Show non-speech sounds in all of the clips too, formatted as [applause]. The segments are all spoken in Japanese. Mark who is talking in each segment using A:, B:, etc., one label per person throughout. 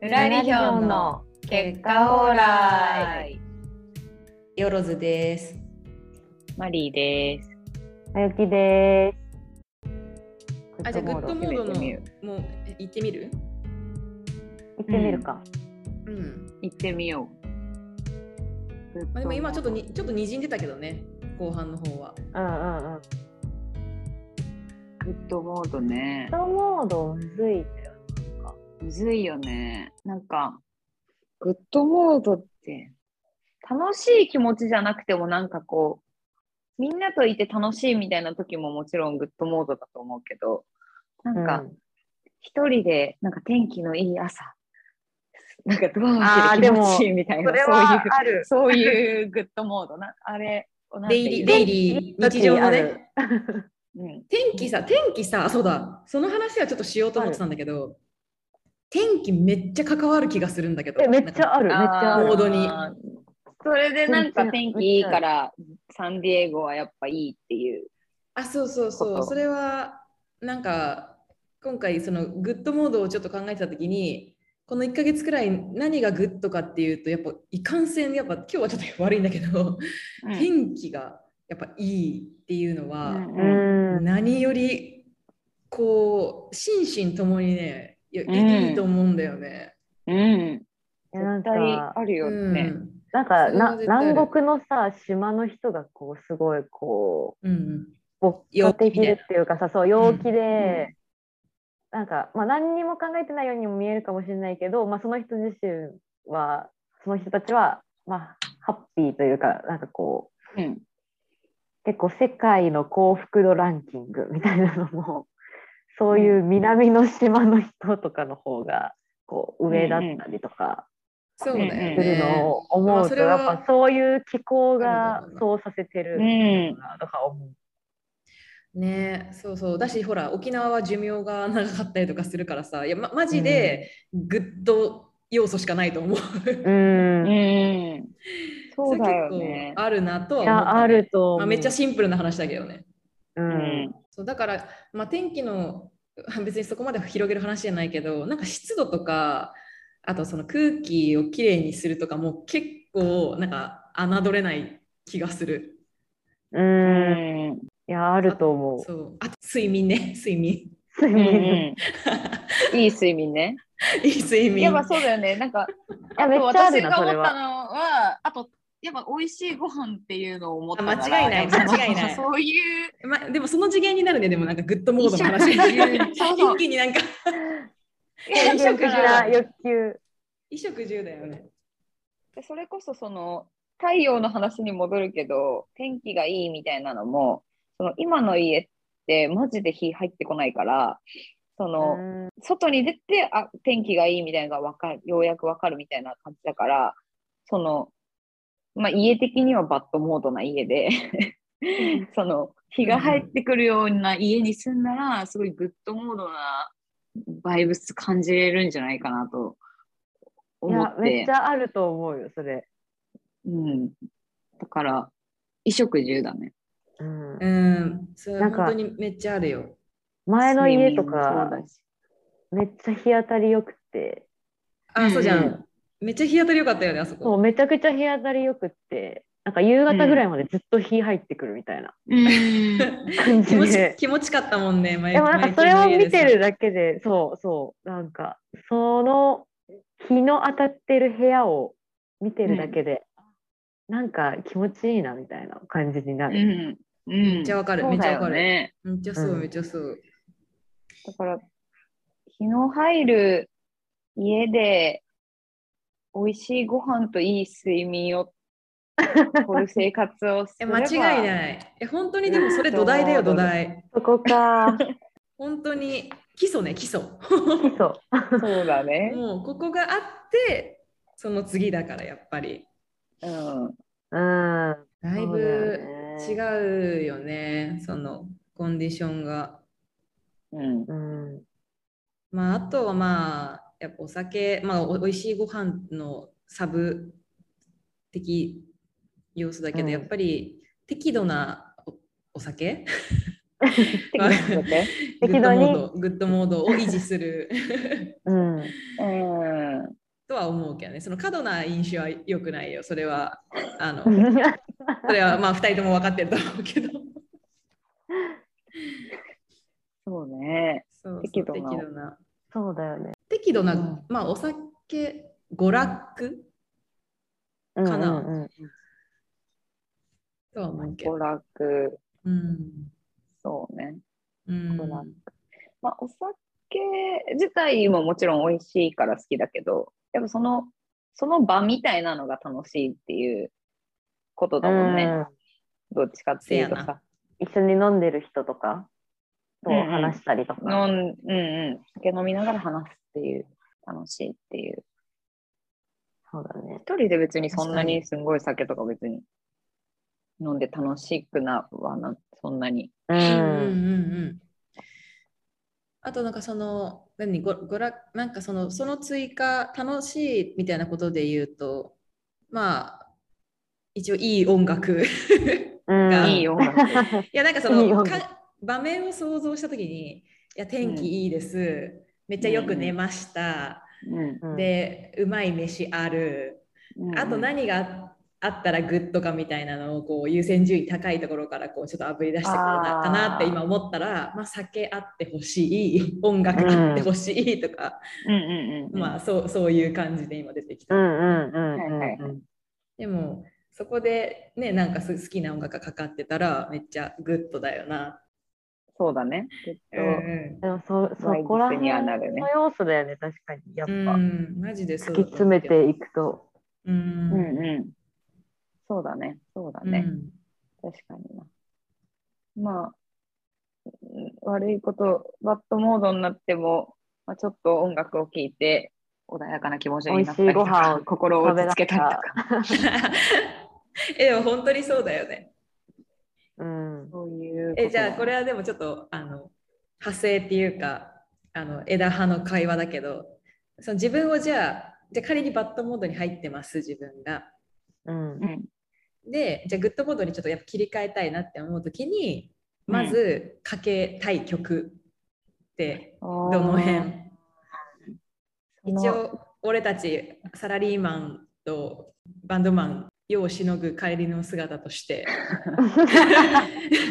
A: プラリヒョンの結果オーライ。
B: よろずです。
C: マリーです。
D: あゆきでーす。
E: あじゃあグッド
D: 行
E: モードの
C: 決めて
E: もうえ行ってみる
D: ってみるか。
E: うん、
C: 行ってみよ
E: まあ、でも今ちょっと
D: うん
E: にちょっとにじんでたけどね後半の方は
D: うんうん。グ
C: う。グッドモードね
D: ッ。ドモードむずい。
C: むずいよね。なんか、グッドモードって、楽しい気持ちじゃなくてもなんかこう、みんなといて楽しいみたいな時ももちろんグッドモードだと思うけど、なんか、一人で、なんか天気のいい朝、なんかドアを開けて気持ちいいみたいな、
D: ある。
C: そういう、そういうグッドモードな、あれ、なんて
E: デ
C: いう
E: イリー
C: の
E: デイリー日常の
D: あ
E: ね
D: る
C: うん、
E: 天気さ天気さそうだその話はちょっとしようと思ってたんだけど天気めっちゃ関わる気がするんだけど
D: え、めっちゃある。めっちゃあ
E: モー
D: る。
E: ドに
C: あー。それでなんか天気いいから、サンディエゴはやっぱいいっていう。
E: あそうそうそ
C: こ
E: う
C: と
E: それはなんか今回そのグッドモードをちょっと考えてた時にこの1ヶ月くらい何がグッドかっていうとやっぱいかんせんやっぱ今日はちょっと悪いんだけど、天気がやっぱいいっていうのは、
D: うん。
E: 何よりこう心身ともにねいや
C: うん
E: いいと思うんだよね。
C: うん。
D: なん
C: 絶対
D: か、
C: あるよ
E: うん
C: ね。
D: なんか
E: それは
D: な
E: 絶対ある
D: 南国のさ島の人がこうすごいこう
E: うん
D: 牧
E: 陽
D: 歌
E: 気で
D: 的でっていうかさそう陽気で、なんか、まあ、何にも考えてないようにも見えるかもしれないけど、まあ、その人自身はその人たちは、まあ、ハッピーというかなんかこう
C: うん。
D: 結構世界の幸福度ランキングみたいなのもそういう南の島の人とかの方がこう上だったりとか
E: そうだよ
C: う
E: ね
C: ん
D: す。るのを思
E: あ
D: う
E: そ
D: と
E: れは
D: やっぱそういう気候が
E: うん
D: そうさせてる。
C: うん。
D: なとか思う。
E: ねそうそうだしほら沖縄は寿命が長かったりとかするからさいや、ま、マジでグッド要素しかないと思う。
D: うん。い
C: うん。そうだよ
E: れ
C: ね
E: 結。構あるなとは思ったね、
D: やあると思
E: まあ、
D: う。
E: めっちゃシンプルな話だけどね。
D: う
C: うんん。
E: そうだから、まあ、天気の別にそこまで広げる話じゃないけどなんか湿度とかあとその空気をきれいにするとかも結構なんか侮れない気がする
D: う。
C: うんん。
D: いやあると思う。
E: そうあと睡眠ね睡眠 [laughs]
D: 睡
C: うん
D: 眠い
C: うんいい睡眠ね。
E: いい睡眠
C: やっぱそうだよね。なんか、
D: やめっちゃあ
C: 私
D: るな
C: が
D: そ
C: 思
D: れ
C: った
D: は。
C: のは、あと、やっぱ美味しいご飯っていうのを思ったから
E: あ間違いない
C: やっぱ
E: 間違いない
C: [laughs] そういう、
E: まあ、でもその次元になるねでもなんかグッドモードの話
C: 一
D: [laughs]
C: 緒そうそう
E: 一気になんか
D: 人
C: 一緒
D: 間
C: か
D: 的
C: ら
D: な欲求。
E: 衣食住だよね
C: でそれこそその太陽の話に戻るけど天気がいいみたいなのもその今の家ってマジで火入ってこないからその、
D: うん
C: 外に出てあ天気がいいみたいなのがわかるようやくわかるみたいな感じだからその、まあ、家的にはバッドモードな家で [laughs] その日が入ってくるような家に住んだらすごいグッドモードなバイブス感じれるんじゃないかなと
D: い
C: 思
D: や
C: って。
D: めっちゃあると思うよそれ。
C: うん。だから、衣食住だね。
D: うん。
E: うんそれ
D: な
E: は
D: んか
E: 本当にめっちゃあるよ
D: 前の家と
C: 睡眠も
D: か
C: そうだし
D: めっちゃ日当たり良くて、
E: あそうじゃん、
C: うん
E: めっちゃ日当たり良かったよねあそこ
D: そうめちゃくちゃ日当たり良くって。なんか夕方ぐらいまでずっと日入ってくるみたいな感
E: 気
D: じ
E: 持ち
D: で、
E: 気持ちかったもんね、前
D: でもなん
E: 前
D: かそれを
E: 前家
D: 見
E: でさ
D: てるだけで、そうそう、なんかその日の当たってる部屋を見てるだけで、なんか気持ちいいなみたいな感じにな
C: う
D: る。
C: ん。うん。
E: めっちゃわかる、
C: そ
E: め
C: う
E: っちゃ
C: だ
E: わか
C: よ
E: る。
C: ね。
E: めっちゃそう、
D: うん
E: めっちゃそう。
C: だから、日の入る家で、美味しいご飯といい睡眠 [laughs] を、こういう生活をす
E: え、
C: れば
E: 間違い
C: い。
E: ない。え、本当にでもそれ土台だよ、
D: そ
E: 土
D: う
E: 台。
D: そこか、
E: 本当に基礎ね、基礎。
D: そう。
C: そうだね。
E: もうここがあって、その次だから、やっぱり。
C: う
D: う
C: ん。
D: ん。
E: だい
D: そうだ
E: ぶ
D: よね
E: 違うよね、そのコンディションが。
C: うん。
D: うん。
E: まあ、あとはまあ、やっぱお酒、まあ、おいしいご飯のサブ的要素だけど、
D: うん
E: やっぱり適度なおお酒
C: 適当に作って。
D: 適度に
E: グッドモードグッドモードを維持する
D: うん。
C: うん。
E: とは思うけどねその過度な印象は良くないよそれはあの
D: う
E: それはまあ2人とも分かってると思うけど
C: そうね。
E: そうそう
C: 適度な
E: 適度な
D: そうだよね。
E: 適度な、
C: うん
E: まあお酒娯楽
D: うん
E: かな
D: うんうん
E: とは思うけど
C: 娯楽、
E: うん
C: そうね。
E: うん
C: 娯楽まあ、お酒自体ももちろん美味しいから好きだけど、やっぱその、その場みたいなのが楽しいっていうことだもんね。
D: うん
C: どっちかっていうと
E: せや
C: さ。
D: 一緒に飲んでる人とかと
C: うんうん
D: 話したりとか。
C: 飲ん、うんうん。酒飲みながら話すっていう、楽しいっていう。
D: そうだね。
C: 一人で別にそんなにすごい酒とか別に飲んで楽しくなはな、そんなに。
D: う
E: うんうん
D: ん。
E: うんあとなんかその何ごごらなんかそのその追加楽しいみたいなことで言うとまあ一応いい音楽
D: うん
E: が
C: いい音楽。
E: いやなんかそ
D: いい
E: の
D: 音
E: か
D: 楽
E: 場面を想像した時にいや天気いいです、めっちゃよく寝ました、
C: うん
D: うん
E: でうまい飯ある、
C: うん
E: あと何がああったらグッとかみたいなのをこう優先順位高いところからこうちょっとあぶり出してくれた
C: あー
E: かなって今思ったらまあ、酒あってほしい音楽あってほしいとか、
C: うんうんうん。
E: まあそうそういう感じで今出てきた。
D: うんうんうんうん
C: はいは
D: うん。
E: でもそこでねなんかす好きな音楽がかかってたらめっちゃグッとだよな。
C: そうだね。きっと
E: うん
D: でもそそこら辺
C: にはなるね
D: の要素だよね、確かに。やっ
E: う
D: ぱ、
E: ん、うん、マジでそう
D: 突
E: だ
D: き
E: と思う
D: 詰め
E: けど
D: ていくと。
E: う
C: うんんうん。そうだね。そうだ
E: うん [laughs]
C: ね。確かにな。まあ、うん悪いこと、バッドモードになっても、まあ、ちょっと音楽を聴いて、穏やかな気持ちになったり
D: 美味しい
C: と
D: ご
C: か
D: 飯、
C: 心を落ち着けたりとか、
E: えでも本当にそうだよね。
D: うん。
C: そういうことだ
E: えじゃあこれはでもちょっとあの派生っていうかあの枝葉の会話だけどその自分をじゃあじゃあ仮にバッドモードに入ってます自分が。
D: うん
C: う。ん
E: でじゃあグッドモードにちょっとやっぱ切り替えたいなって思う時にまずかけたい曲ってどの辺、
C: その
E: 一応俺たちサラリーマンとバンドマン世をしのぐ帰りの姿として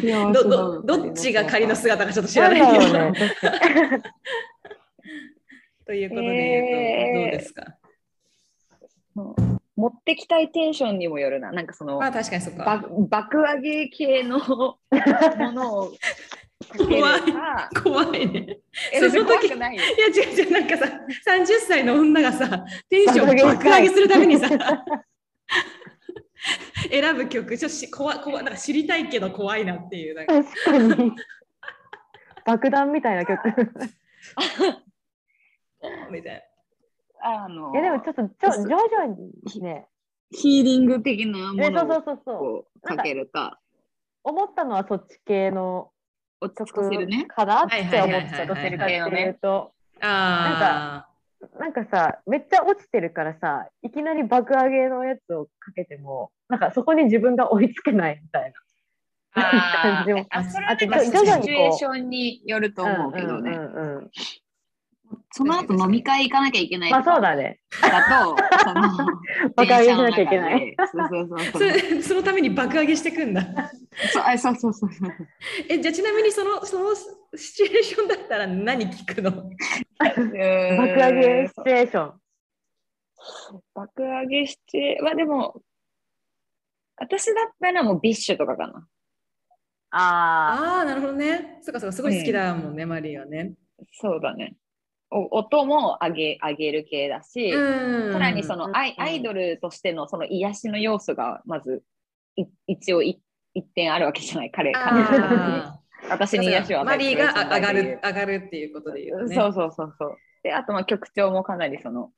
C: 世を
E: ど
C: しの
E: ど
C: ぐ
E: どっちが仮の姿かちょっと知ら
D: な
E: なんい
D: だ
E: けど、
D: ろうね。
E: ということで言うと、
C: えー
E: どうですか
C: 持ってきたいテンションにもよるな。なんかその
E: ま、あ確かにそっ
C: ば
E: か
C: 爆上げ系
D: [laughs]
C: のものをかければ
E: 怖い怖いね
C: え
E: その時
C: 別に怖くないよ
E: いや違う違うなんかさ30歳の女がさテンション爆上げするためにさ選ぶ曲ちょっとし怖い怖いなんか知りたいけど怖いなっていうなんか
D: [laughs] 確かに。爆弾みたいな曲。
E: おみたいな
C: あの
D: いや、でもちょっとちょ徐々にね。
C: ヒーリング的な
D: え
C: も
D: そうそ
C: の
D: うそうそう。
C: をこうかけるか、
D: 思ったのはそっち系の
C: 落ち着か
D: 曲
C: せるね。
D: かなって思っ
E: はいはいはいはい
D: た
E: はい
D: どちらかっていうと、
E: あ
D: なんかさめっちゃ落ちてるからさいきなり爆上げのやつをかけてもなんかそこに自分が追いつけないみたい
E: ー
D: な感じも
C: あそれは
D: あと
C: なんかシチ
D: 徐々にこう
C: ュエーションによると思うけど
D: うん
C: ね。
D: うんうんうん
C: その後飲み会行かなきゃいけない
D: まあ
C: と
D: そう
C: か
D: だね
C: だ [laughs] と、その、
D: 爆上げしなきゃいけない
C: 電車の中で。そうそうそうそう。
E: そそのために爆上げしてくんだ
C: [laughs] そうあそうそうそうそう。
E: えじゃあちなみにそのそのシチュエーションだったら何聞くの
C: 爆
D: 爆上げシチュエーション
C: 爆上げして、まあでも、私だったらもうビッシュとかかな。
D: あ
E: ああなるほどねそっかそっかすごい好きだもんね、マリーはね
C: そうだね。お音も上げ上げる系だし、
E: うん
C: さらにそのアイ,、
D: うん
C: アイドルとしてのその癒しの要素がまずい一応い一点あるわけじ
D: [laughs]
C: ゃない彼彼女の時に [laughs]
E: あ
C: 私
E: ー
C: に癒しを
E: マ
C: 与え
E: リ
C: て
E: ー
C: くれる
E: が上が
C: 存在という
E: る上がるっていうことで言うとね
C: そうそうそうそうであとまあ曲調もかなりその、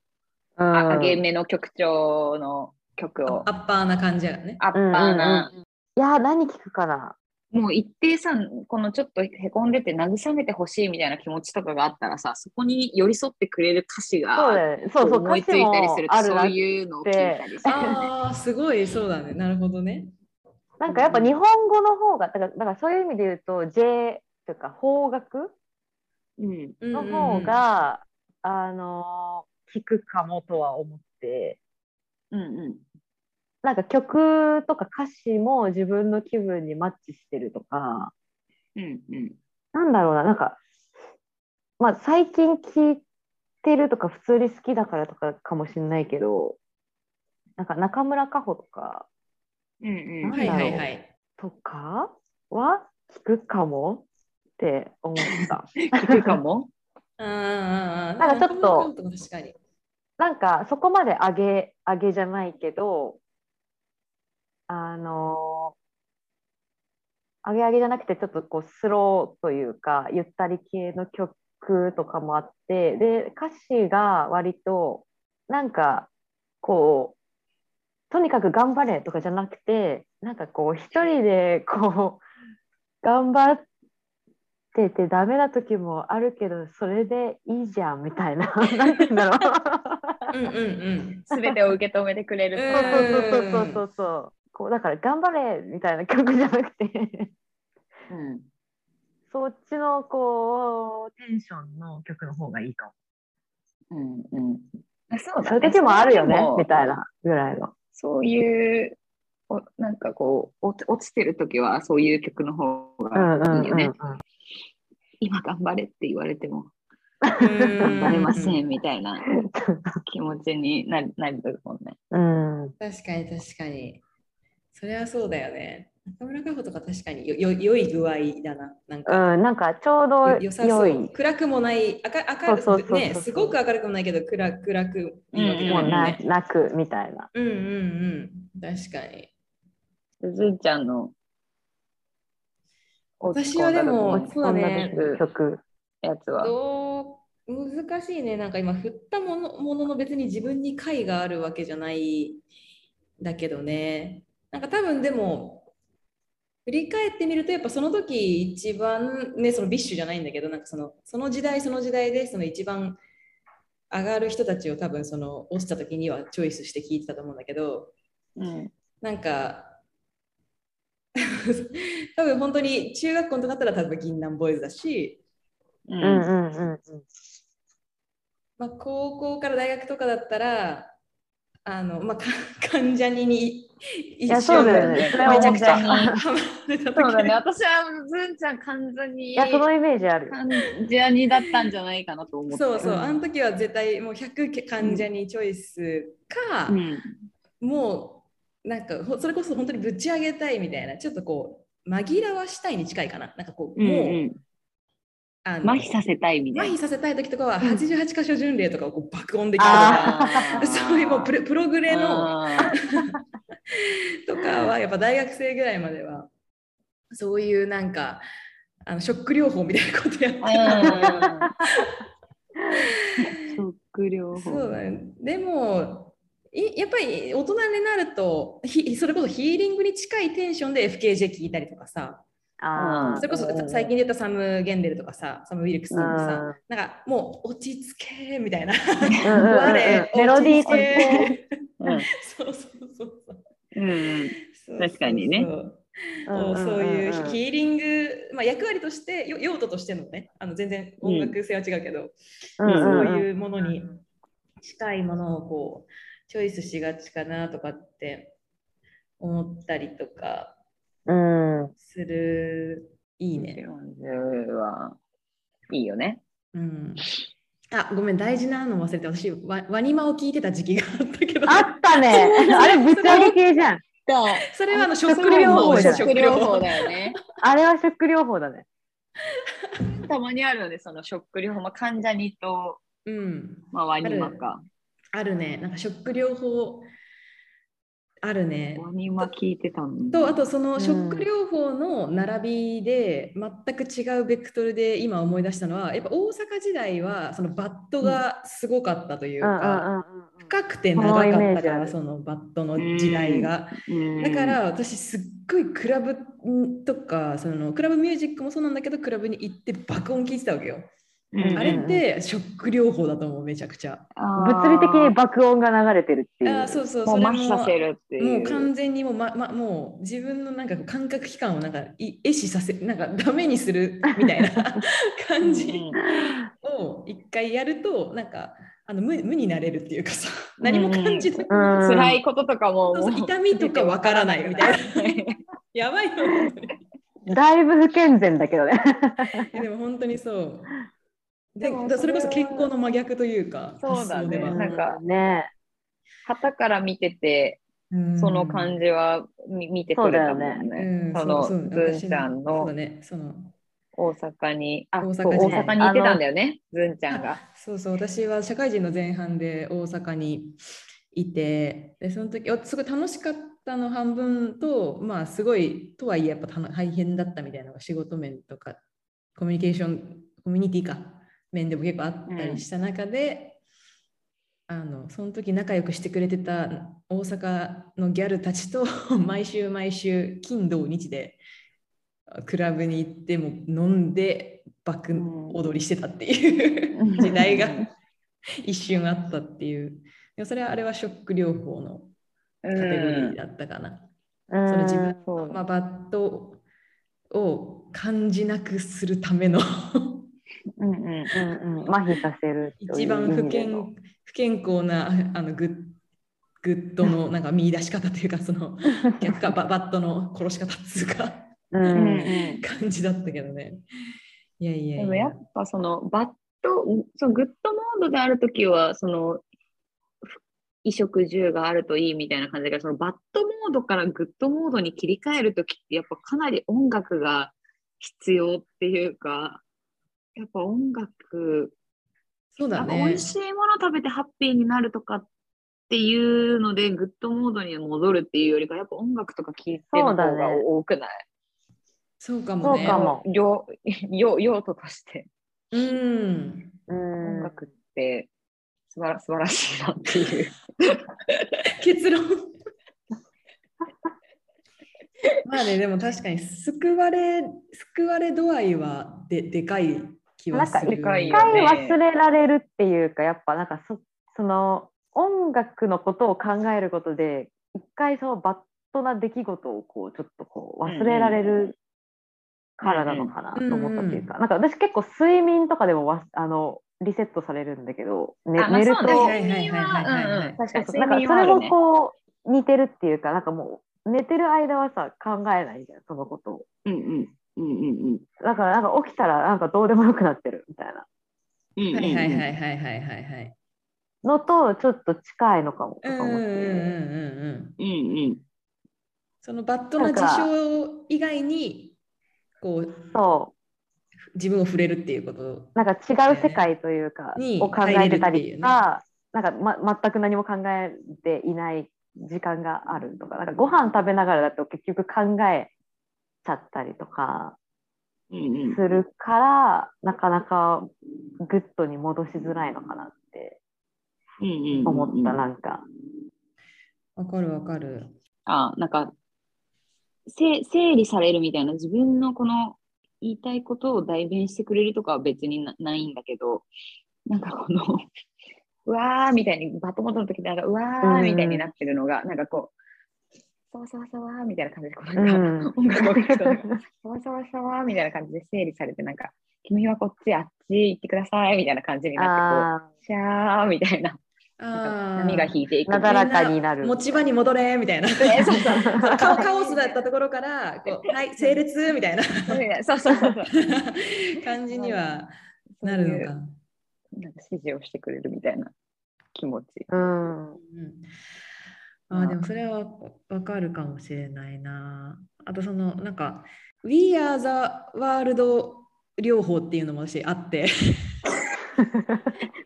D: あ
C: あ
D: うん
C: 上げ
D: い
C: 目の曲調の曲を
E: アッパーな感じやね。
C: アッパーな、
D: や何聞くかな
C: もう一定さこのちょっとへこんでて慰めてほしいみたいな気持ちとかがあったらさそこに寄り添ってくれる歌詞
D: そう
C: が
D: だよねそうそう
C: 思
D: 歌
C: い
D: 詞
C: ついたり
D: も
C: すると
D: ある
C: そ
D: な
C: ういうのを聞いたりする。
E: ああ、すごい、そうだね。なるほどね。
D: なんかやっぱ日本語の方がだからだからそういう意味で言うと J というか邦楽
C: うん
E: うんうん
D: の
E: うん
D: 方、が、あの聞くかもとは思って
C: うんうん。
D: なんか曲とか歌詞も自分の気分にマッチしてるとか
C: うんうん。
D: なんだろうななんかまあ最近聴いてるとか普通に好きだからとかかもしれないけどなんか中村佳穂とか
C: うんうん。
D: なん
E: は
D: だ
E: い
D: ろう
E: はいはい。
D: とかは聞くかもって思った。
C: [laughs] 聞くかも。 [laughs]
E: あーあーあー、
D: なんかちょっと
E: 中村君確かに。
D: なんかそこまで上げ上げじゃないけどあの上げ上げじゃなくてちょっとこうスローというかゆったり系の曲とかもあってで歌詞が割となんかこうとにかく頑張れとかじゃなくてなんかこう一人でこう頑張っててダメな時もあるけどそれでいいじゃんみたいななんて言うんだろう。
E: うんうんうん。
C: すべてを受け止めてくれる。
E: うん
D: そうそうそうそうそうそう。こうだから頑張れみたいな曲じゃなく [laughs] て
C: うん。
D: そっちのこうテンションの曲の方がいいと思
C: うんうん。あそう
D: う。
C: だ
D: そうい
C: ね
D: う時もあるよね
C: そういう時も
D: みたいなぐらいの。
C: そういう、おなんかこう、落落ちてる時はそういう曲の方
D: うんうん
C: がい
D: う
C: いよ
D: んう
C: ね
D: ん。。
C: 今頑張れって言われても
E: 頑
C: 頑張れませんみたいな気持ちになるなるもんね。
D: うん
E: 確かに確かに。それはそうだよね。中村佳穂とか確かによよ良い具合だな。なんか、
D: うん、なんかちょうど
E: よ良さそ
D: 良
E: う。
D: い。
E: 暗くもない、明
D: そう
E: る
D: そうそう
E: 明
D: そう
E: るね、すごく明るくもないけど暗暗くいいわけじゃ
D: もう
E: な
D: ない
E: よね。
D: なくみたいな。
E: うんうんうん。確かに。
C: ずーちゃんの
E: 私はでも
C: 落ち
E: そうだ
D: んな
E: ね
D: 時の曲。
C: 込んだ時のやつは。
E: どう難しいね。なんか今振ったものものの別に自分に解があるわけじゃないだけどね。なんか多分でも振り返ってみるとやっぱその時一番ねそのビッシュじゃないんだけどなんかそのその時代その時代でその一番上がる人たちを多分その落ちた時にはチョイスして聞いてたと思うんだけど
C: うん
E: なんか [laughs] 多分本当に中学校の時だったら多分銀杏ボーイズだし
C: う
D: うんうん
C: ん
D: うんうん。
E: まあ、高校から大学とかだったらあの、まあ、か [laughs] 関ジャニに
D: い
E: 一
D: や、
E: 緒
D: そうだ
E: で
D: よね。それは
C: めち
D: 思
C: ゃ
D: っ
C: くちゃ
D: た。
C: に。
E: ハマってた時
C: そう [laughs] だね、私はずんちゃん完全に
D: いや、そのイメージある。
C: 関ジャニだったんじゃないかなと思って。
E: そうそう、
D: うん
E: あの時は絶対もう100関ジャニチョイスか、
C: うん
E: もうなんかほそれこそ本当にぶち上げたいみたいなちょっとこう紛らわしたいに近いかななんかこう、
C: うん
E: もう
C: うん
E: あの
C: 麻痺させたいみた
E: 麻痺
C: いな。
E: させたい時とかは88箇所巡礼とかをこう爆音で聞くとか、
C: あー
E: そういうもうプロプログレの
C: あー
E: とかはやっぱ大学生ぐらいまではそういうなんかあのショック療法みたいなことやって
C: うん食療
E: た、
C: 法。
E: そうだね、でもいやっぱり大人になるとひそれこそヒーリングに近いテンションで FKJ 聞いたりとかさ
D: あー
E: それこそ最近出たサム・ゲンデルとかさサム・ウィルクスとかさなんかもう落ち着けみたいな
D: うんうんうん
E: [laughs]
D: うん
E: 我
D: メロディー
E: 落ち着け
C: うん
E: そうそうそうそう
C: うん
E: そう
C: 確かにね
E: そう
D: うん
E: こ
D: ん
E: うん
D: ん
E: そういうヒーリング、まあ、役割としてよ用途としてのねあの全然音楽性は違うけど、
D: うんうん
E: そう
D: うん
E: いうものに近いものをこうチョイスしがちかなとかって思ったりとか
D: うん、
E: するいいね。
C: 40はいいよね。
E: うんあごめん大事なの忘れて私ワワニマを聞いてた時期があったけど
D: あっ
E: [laughs]
D: たね。あれ、ぶち上げ系じゃん。
E: それはあの食
D: 食
E: 療
D: 療
E: 法
D: 法
E: で
D: じ
E: す
D: ゃん
E: 食療法
C: だよね。
D: あれはショック療法だね。
C: たまにあるので、その食療法、まあ、患者にと、
E: うん
C: まあ、ワニマか。
E: あるねなんか食療法あるね
C: ワニマ聞いてたの。
E: とあとその
D: ん
E: ショック療法の並びで全く違うベクトルで今思い出したのはやっぱ大阪時代はそのバットがすごかったという
D: うんうんうん
E: か
D: うん
E: 深くて長か
D: そのイ
E: っ
D: メ
E: た
D: ージ
E: か
D: あ
E: ら
D: る
E: そのバットの時代が
C: うん
E: だから私すっごいクラブとかそのクラブミュージックもそうなんだけどクラブに行って爆音聞いてたわけよ
C: うん
E: あれってショック療法だと思うめちゃくちゃ
C: あー
D: 物理的に爆音が流れてるっていう。
E: あーそうそう
C: も
E: そうれ
C: 麻痺させるって
E: も
C: いうう。
E: 完全にもう,、まま、もう自分のなんかこう感覚器官をなんかい壊死させなんかダメにす
C: [laughs]
E: るみたいな感じ
C: うん
E: を一回やるとなんかあの無無になれるっていうかさ何も感じなくて、
D: うん
C: 辛いこととかも
E: そうそう
C: もう
E: 痛みとかわからないみ
C: [laughs]
E: たいなやばいよ本当に
D: だいぶ不健全だけどね。
E: いやでも本当にそうで
C: でも
E: だそれこ
C: そ
E: そ
C: れ
E: 健
C: は
E: 康の真逆というか
C: そうだ
E: 発想で
C: ね
E: は
C: なんか
D: ね
C: 旗から見てて
E: うん
C: その感じは見見てくれたもんね
D: そう
E: う。ん
C: その
E: うう
C: ズンちゃん
E: そう
C: の
E: だねその
C: 大阪に、あ、
E: 大阪
C: そう大
E: 時代
C: 阪に行ってたんだよね、ズンちゃんが。
E: そうそう私は社会人の前半で大阪にいてでその時おすごい楽しかったの半分とまあすごいとはいえやっぱたの大変だったみたいなのが仕事面とかコミュニケーションコミュニティか面でも結構あったりした中で、あのその時仲良くしてくれてた大阪のギャルたちと [laughs] 毎週毎週金土日でクラブに行っても飲んで爆
C: うん
E: 踊りしてたっていう時代が一瞬あったっていうでもそれはあれはショック療法の
C: う
E: カテゴリー
C: ん、
E: だったかな、
D: うん
E: その自分
C: そ
E: の、
C: うだ
E: まあ、バットを感じなくするための
C: うんうん
D: うんうん、麻痺させるという
E: 一番不
D: 意味での
E: 健不健康なあのグッグッド
C: [laughs]
E: のなんか見出し方というかその逆かババットの殺し方っていうか
C: [laughs]
D: う
C: うん
D: ん
C: うん
E: 感じだったけどねいやいやいや
C: でもやっぱそのバット、そのグッドモードであるときは、そのふ衣食住があるといいみたいな感じだけど、そのバットモードからグッドモードに切り替えるときって、やっぱかなり音楽が必要っていうか、やっぱ音楽
E: そうだ
C: なんか
E: ね
C: 美味しいもの食べてハッピーになるとかっていうので、グッドモードに戻るっていうよりか、やっぱ音楽とか聴いてる
D: そ
C: 方
D: うだね
C: が多くない
E: そうかもね
D: そうかも
C: 用 [laughs] 用用途として
E: うん
D: うん
C: 音楽って素晴ら素晴らしいなっていう。
E: 結論 [laughs] まあねでも確かに救われ救われ度合いはででかい気はする
D: なんか
C: でかい
D: 一
C: よね
D: 回忘れられるっていうかやっぱなんかそその音楽のことを考えることで一回そのバットな出来事をこうちょっとこう忘れられるからなのかなと思ったっていうか、なんか私結構睡眠とかでもわあのリセットされるんだけど、ね
C: あまあ
D: 寝ると
C: そ
D: そうう
C: ね
E: は
D: そ
E: いはいはいはいはいはい
C: うんうん確かに
D: うなんか
C: 睡眠
D: そ
C: はあ
D: れ
C: る
D: も
C: ね
D: こう似てるっていうかなんかもう寝てる間はさ考えないじゃんそのことを
C: うんうんうんうん
D: だからなんか起きたらなんかどうでもよくなってるみたいな
C: うんうんう
E: は
C: ん
E: いはいは
C: うん
E: いはいはいはいはい
D: のとちょっと近いのかもと
E: うん
D: か
E: うんう
D: 思っ
E: んうん
D: て。
E: うん
C: うん
E: そのバットな事象以外にこう
D: そう
E: 自分を触れるっていうこと
D: なんか違う世界というか、
E: ね
D: を考えてたり
E: 入
D: とか、なんか、ま、全く何も考えていない時間があるとか、なんかご飯食べながらだと結局考えちゃったりとか
C: うんうん
D: するから、なかなかグッドに戻しづらいのかなって
C: うんうん
D: 思った、なんか。
E: わかるわかる
C: あなんかせ整理されるみたいな自分のこの言いたいことを代弁してくれるとかは別になないんだけどなんかこの [laughs] うわーみたいにバトモトの時なんかうわーみたいになってるのが、なんかこうそわそわそわーみたいな感じでこう
D: う
C: なんか、
D: ん。
C: 音楽を聴くとなんかそわそわそわーみたいな感じで整理されてなんか君はこっちあっち行ってくださいみたいな感じになってこ
D: あ
C: うシャーみたいななん
E: あ
C: か波が
E: ー
C: 引いてい
D: ー
C: く
D: なだらかになる。
E: 持ち場に戻れみたいな
C: えそうそうそ
E: [laughs]
C: う
E: カオカオスだったところからこうはい整列みたいな [laughs]
C: そうそうそうそう
E: 感じにはなるのか。
C: なんか指示をしてくれるみたいな気持ち。
D: [laughs] うん。
E: うん、あーでもそれはわかるかもしれないな。あとそのなんか「We are the world」療法っていうのも私あって [laughs]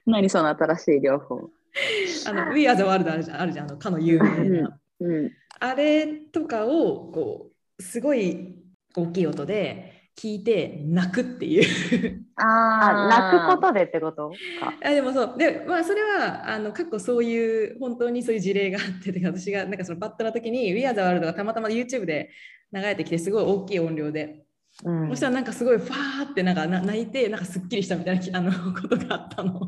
C: 何その新しい療法。
E: 「あの We are the world」あるじゃんあるじゃんあのかの有名な。
C: うん。
E: あれとかをこうすごい大きい音で聞いて泣くっていう [laughs]
D: あ、
C: あ
D: 泣くことでってことか。
E: あでもそうでまあそれはあの過去そういう本当にそういう事例があってて私がなんかそのバットの時に「We Are the World」がたまたま YouTube で流れてきてすごい大きい音量で、
D: うん
E: そしたらなんかすごいファーってなんかな泣いてなんかすっきりしたみたいなきあのことがあったの。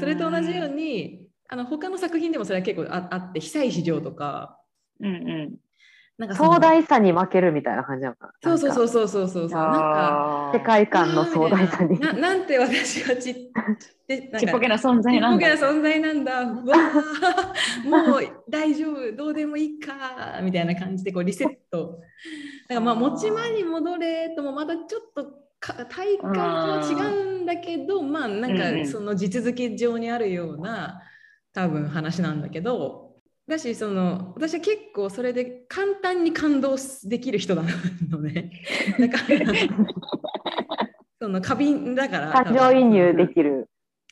E: それと同じようにあの他の作品でもそれは結構ああって「久石譲」とか
C: うんうん。
E: なんかその
D: 壮大さに負けるみたいな感じなのかな。。
E: そうそうそううそうそうそうそうなんか
C: あー
D: 世界観の壮大さ [laughs] に。
E: ななんて私はちっでなんか
C: ちっぽけな存
E: ち
C: 在
E: っ
C: な
E: ぽ
C: ん
E: けな
C: だ。
E: 存在なんだうわーもう大丈夫どうでもいいかみたいな感じでこうリセットだからまあ
C: あー
E: 持ち前に戻れともまたちょっとか体感は違うんだけどまあな
C: うんうんん
E: かその地続き上にあるような多分話なんだけどだしその私は結構それで簡単に感動できる人なのねだからその過敏だから
D: 感情移入できる。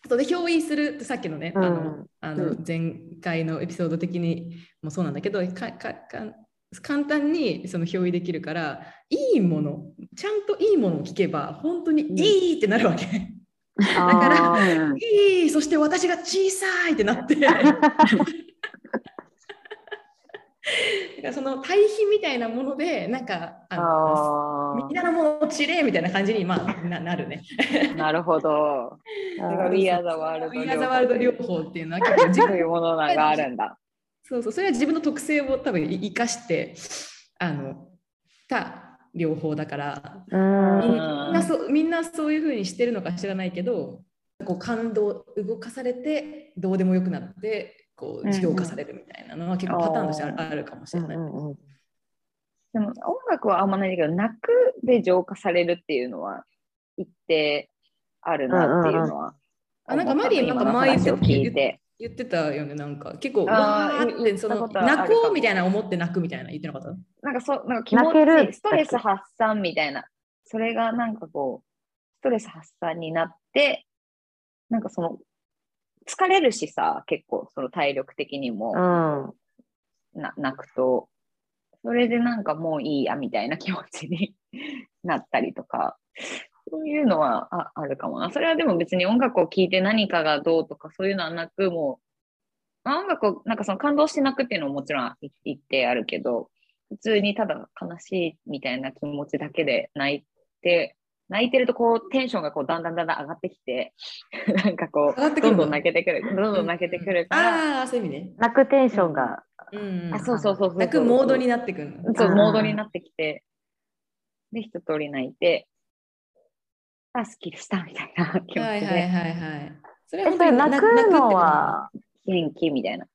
E: そうで憑依するってさっきのね、
D: うん
E: あのあ
D: う
E: の前回のエピソード的にもそうなんだけどかかか簡単にその憑依できるからいいものちゃんといいものを聞けば本当にいいってなるわけ。 [laughs]
D: だ
E: だから
C: うん
E: いいそして私が小さいってなってだからその対比みたいなものでなんかあの
C: あ
E: みんなのものちれみたいな感じに、まあ、ななるね。
C: ーなるほど。
E: ら
C: We are the world
E: ウィアザワールド療法っていうのは結構自
C: そう
E: 分
C: いうものなんかあるんだ。
E: そうそう、それは自分の特性を多分生かして、あの、た両方だから、
D: うん
E: みんなそうみんなそういうふうにしてるのか知らないけど、こう感動、動かされて、どうでもよくなって、こう、
C: うんうん
E: 事業化されるみたいなのは結構パターンとしてある
C: あ
E: あるかもしれ
D: うん
E: な
D: う
E: い。
D: んうん
C: でも音楽はあんまないんだけど、泣くで浄化されるっていうのは一定あるなっていうのは。
E: あなんかマリーな
C: 思っ
E: ん
C: た
E: か
C: の
E: 前
C: 今の話を聞いて。
E: 言ってたよね、なんか、結構、
C: あ
E: わ
C: ー
E: ーっ
C: 言
E: て、
C: っ
E: そ
C: たこと
E: の、
C: あるかも
E: 泣こうみたいな思って泣くみたいな言ってなかった
C: なんかそう、なんか気持
D: 泣ける
C: ち、ストレス発散みたいな。それがなんかこう、ストレス発散になって、なんかその、疲れるしさ、結構、その体力的にも。
D: うん
C: な泣くと、それでなんかもういいやみたいな気持ちに [laughs] なったりとか、そういうのはああるかもな。それはでも別に音楽を聴いて何かがどうとかそういうのはなく、もう、まあ音楽を、なんかその感動して泣くっていうのももちろんい一定あるけど、普通にただ悲しいみたいな気持ちだけで泣いて、泣いてるとこうテンションがこうだんだんだんだん上がってきて、 [laughs] なんかこ
E: 上がっ
C: う、
E: てく
C: ど
E: る
C: ん
E: の
C: どん泣けてくる、どんどん泣けてくるから、
E: ああー、そういう意味ね。
D: 泣くテンションが。
E: うん、
C: あ、そうそうそうそう。
E: 泣くモードになってくるの。
C: そう、
D: あー
C: モードになってきて、で、一通り泣いて、あ、すっきりしたみたいな気持
E: はい
C: ち
E: はいはい
C: で、
E: はい。それ
D: え、それ泣くのは、
C: 元気みたいな。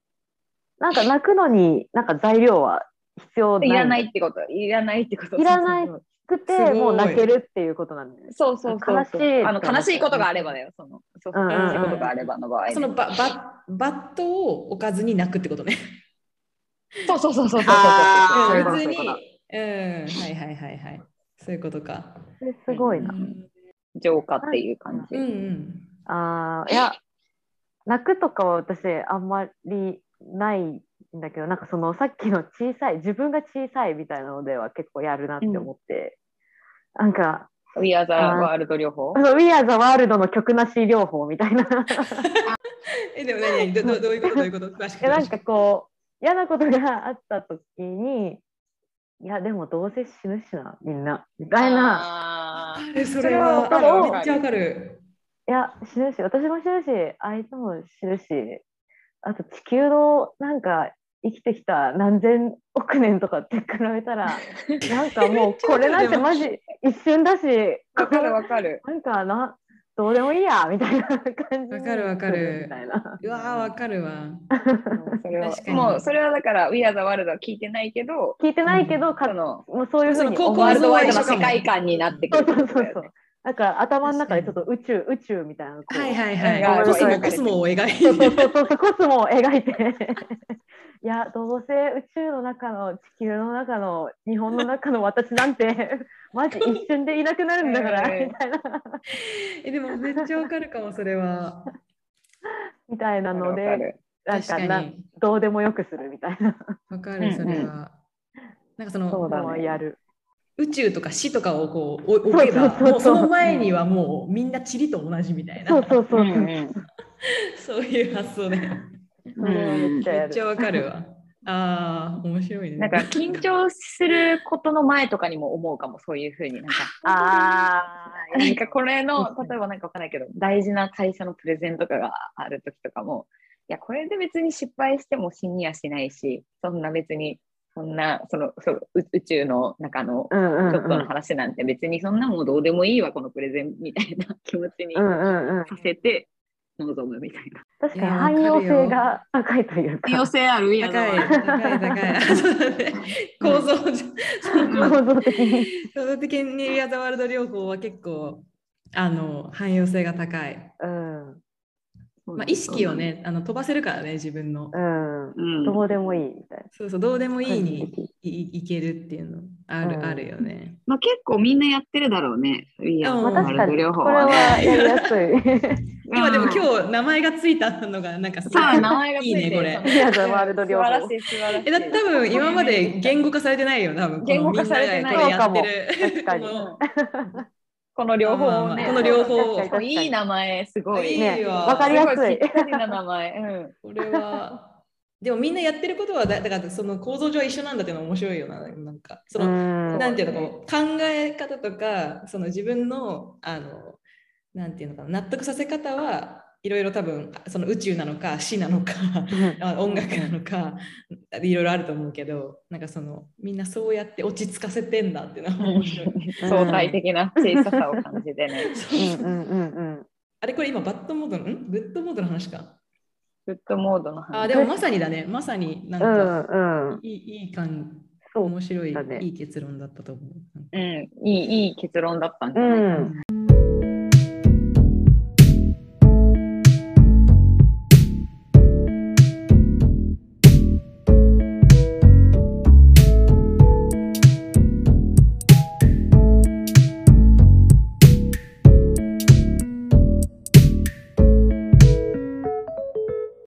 D: なんか泣くのに、なんか材料は必要ない。
C: いらないってこと、いらないってこと。
D: いらない
C: そう
D: く
E: すご
D: て、
E: い
D: もう泣けるっていうことなんだよね。
C: そうそうそう。
D: 悲しい
C: あの悲しいことがあればだよ、その。そう
D: うんうんうん
C: 悲しいことがあればの場合ね。
E: そのバババットを置かずに泣くってことね。
C: そうそうそうそうそうそう。
D: あ
C: そう
D: ー
C: い
E: ん別
C: ううことそういう
E: に。
C: こ
E: うん、
C: と
E: はいはいはいはい。そういうことか。
D: それすごいな
E: う。ん
C: 浄化っていう感じ。
E: うんうん。
D: あーいや、泣くとかは私、あんまりないんだけど、なんかそのさっきの小さい、自分が小さいみたいなのでは結構やるなって思って、なんか、
C: We are the
D: あー
C: world 療法
D: あ。の We Are the World の曲なし療法みたいな。
E: え、でも何どどどういうことどういうこと詳しく
D: えなんかこう嫌なことがあった時にいやでもどうせ死ぬしなみんなみたいな
C: あー
E: えそれは
D: それはわか
C: る
E: めっちゃわかる。
D: いや死ぬし私も死ぬし相手も死ぬしあと地球のなんか生きてきた何千億年とかって比べ
E: [laughs]
D: たらなんかもうこれなんてマジ一瞬だし
C: わかるわかる。
D: なんかなどうでもいいやみたいな感じ
E: わかるわかる
D: みたいな
E: うわーわかるわ。
C: それは
E: 確かに
C: もうそれはだから We are the world は聞いてないけど、
D: 聞いてないけどか
C: その
D: もうそういうふ
E: そ
D: うに
E: の高校
D: 思われて
C: ワールド
E: の
C: ワイド
E: 一
C: な
E: 緒か
C: 世
E: も
C: 界観になってく
D: そう
C: る
D: そう
C: って
D: そうそ
C: ことだよね
D: う。なんか頭の中でちょっと宇宙宇宙みたいなこう
E: はいはい
C: な
E: は
C: ん
E: い。
C: か
E: コスモコスモを描い
D: そう
E: て。
D: そうそうそうコスモを描いて [laughs] いやどうせ宇宙の中の地球の中の日本の中の私なんて [laughs] マジ一瞬でいなくなるんだから
C: うん
D: みたいな
E: え、でもめっちゃわかるかもそれは。
D: みたいなの
C: わか
D: で
C: る
D: なん
E: 確
D: か
E: か
D: な
E: に。
D: どうでもよくするみたいな
E: わかるそれは。
C: うんうん
E: なんかそ
C: そ
E: の
C: うだね
D: のをやる
E: 宇宙とか死とかをこうお置けば
D: そうそうそうそう
E: もうその前にはもうみんな塵と同じみたいな
D: そうそうそううそうん
C: うん
E: そういう発想ね
D: それはめっちゃ
E: め
D: や
E: っち
D: る
E: ゃわかるわあー面白いね
C: なんか緊張することの前とかにも思うかもそういうふうになんか
D: あー
C: なんかこれの例えばなんかわかんないけど大事な会社のプレゼントとかがある時とかもいやこれで別に失敗しても死にやしないしそんな別にそんな、その、そのう宇宙の中の
D: うんうん
C: ちょっとの
D: う
C: 話なんて別にそんなもうどうでもいいわ、このプレゼンみたいな気持ちにさ
D: んうんうん、
C: せて望むみたいな。
D: 確か
E: い
D: に
E: や
D: 汎用性
E: わ
D: が高いというか
F: 強性あるやろ
E: 高い高い高いそうだね構造上
D: 構造的に。
E: 構造的にリアザワールド療法は結構あの汎用性が高い、
D: うんう
E: まあ、意識を。ねあの飛ばせるからね自分の
D: ん
F: うん
D: どうでもいいみたい
E: そうそうどうでも
D: な。
E: いいにいいいけるっていうのある,、
D: うん
E: あるよね
F: まあ、結構みんなやってるだろうね。いや、
E: うん
D: まあ確かに
F: 両方
D: これはやりやすい。
E: 今でも
F: 日。
E: 今日名前がついたのがなんかすごい
F: そう名前がつ
E: い
F: い
E: い
F: てる
E: ねこれ
D: いやザワールド療法。
C: い、素晴らし
E: えだって多分今まで言語化されてないよ多分
C: 言語化されてない
E: このみんながこれやって
D: そう
E: る
D: かも
E: この
C: この両方をね。
E: この両方
D: 確かに確かに
C: いい名前、すごい。
E: い
D: ね
E: いわ
D: わかりやすい
C: ごぴったりな名前。うん。
E: これはでもみんなやってることはだだからその構造上一緒なんだっていうのは面白いよななんかその、
D: うん
E: なんていうのかこう考え方とかその自分のあのなんていうのかな納得させ方はいろいろ多分その宇宙なのか死なのか [laughs] あ音楽なのかいろいろあると思うけどなんかそのみんなそうやって落ち着かせてんだっていうのは面白い。
C: 相対的な小ささを感じてね。
D: うんうんうんうん。
E: [laughs] あれこれ今バッドモードのんグッドモードの話か。
C: グッドモードの
E: あ
C: 話。
E: でもまさにだねまさになん
D: う
E: か、
D: んうん。
E: いいいい感
D: そう
E: 面白い、
D: だね
E: いい結論だったと思う。
C: うん、いい、いい結論だったんじ
D: う
C: ゃないかな。
D: ん。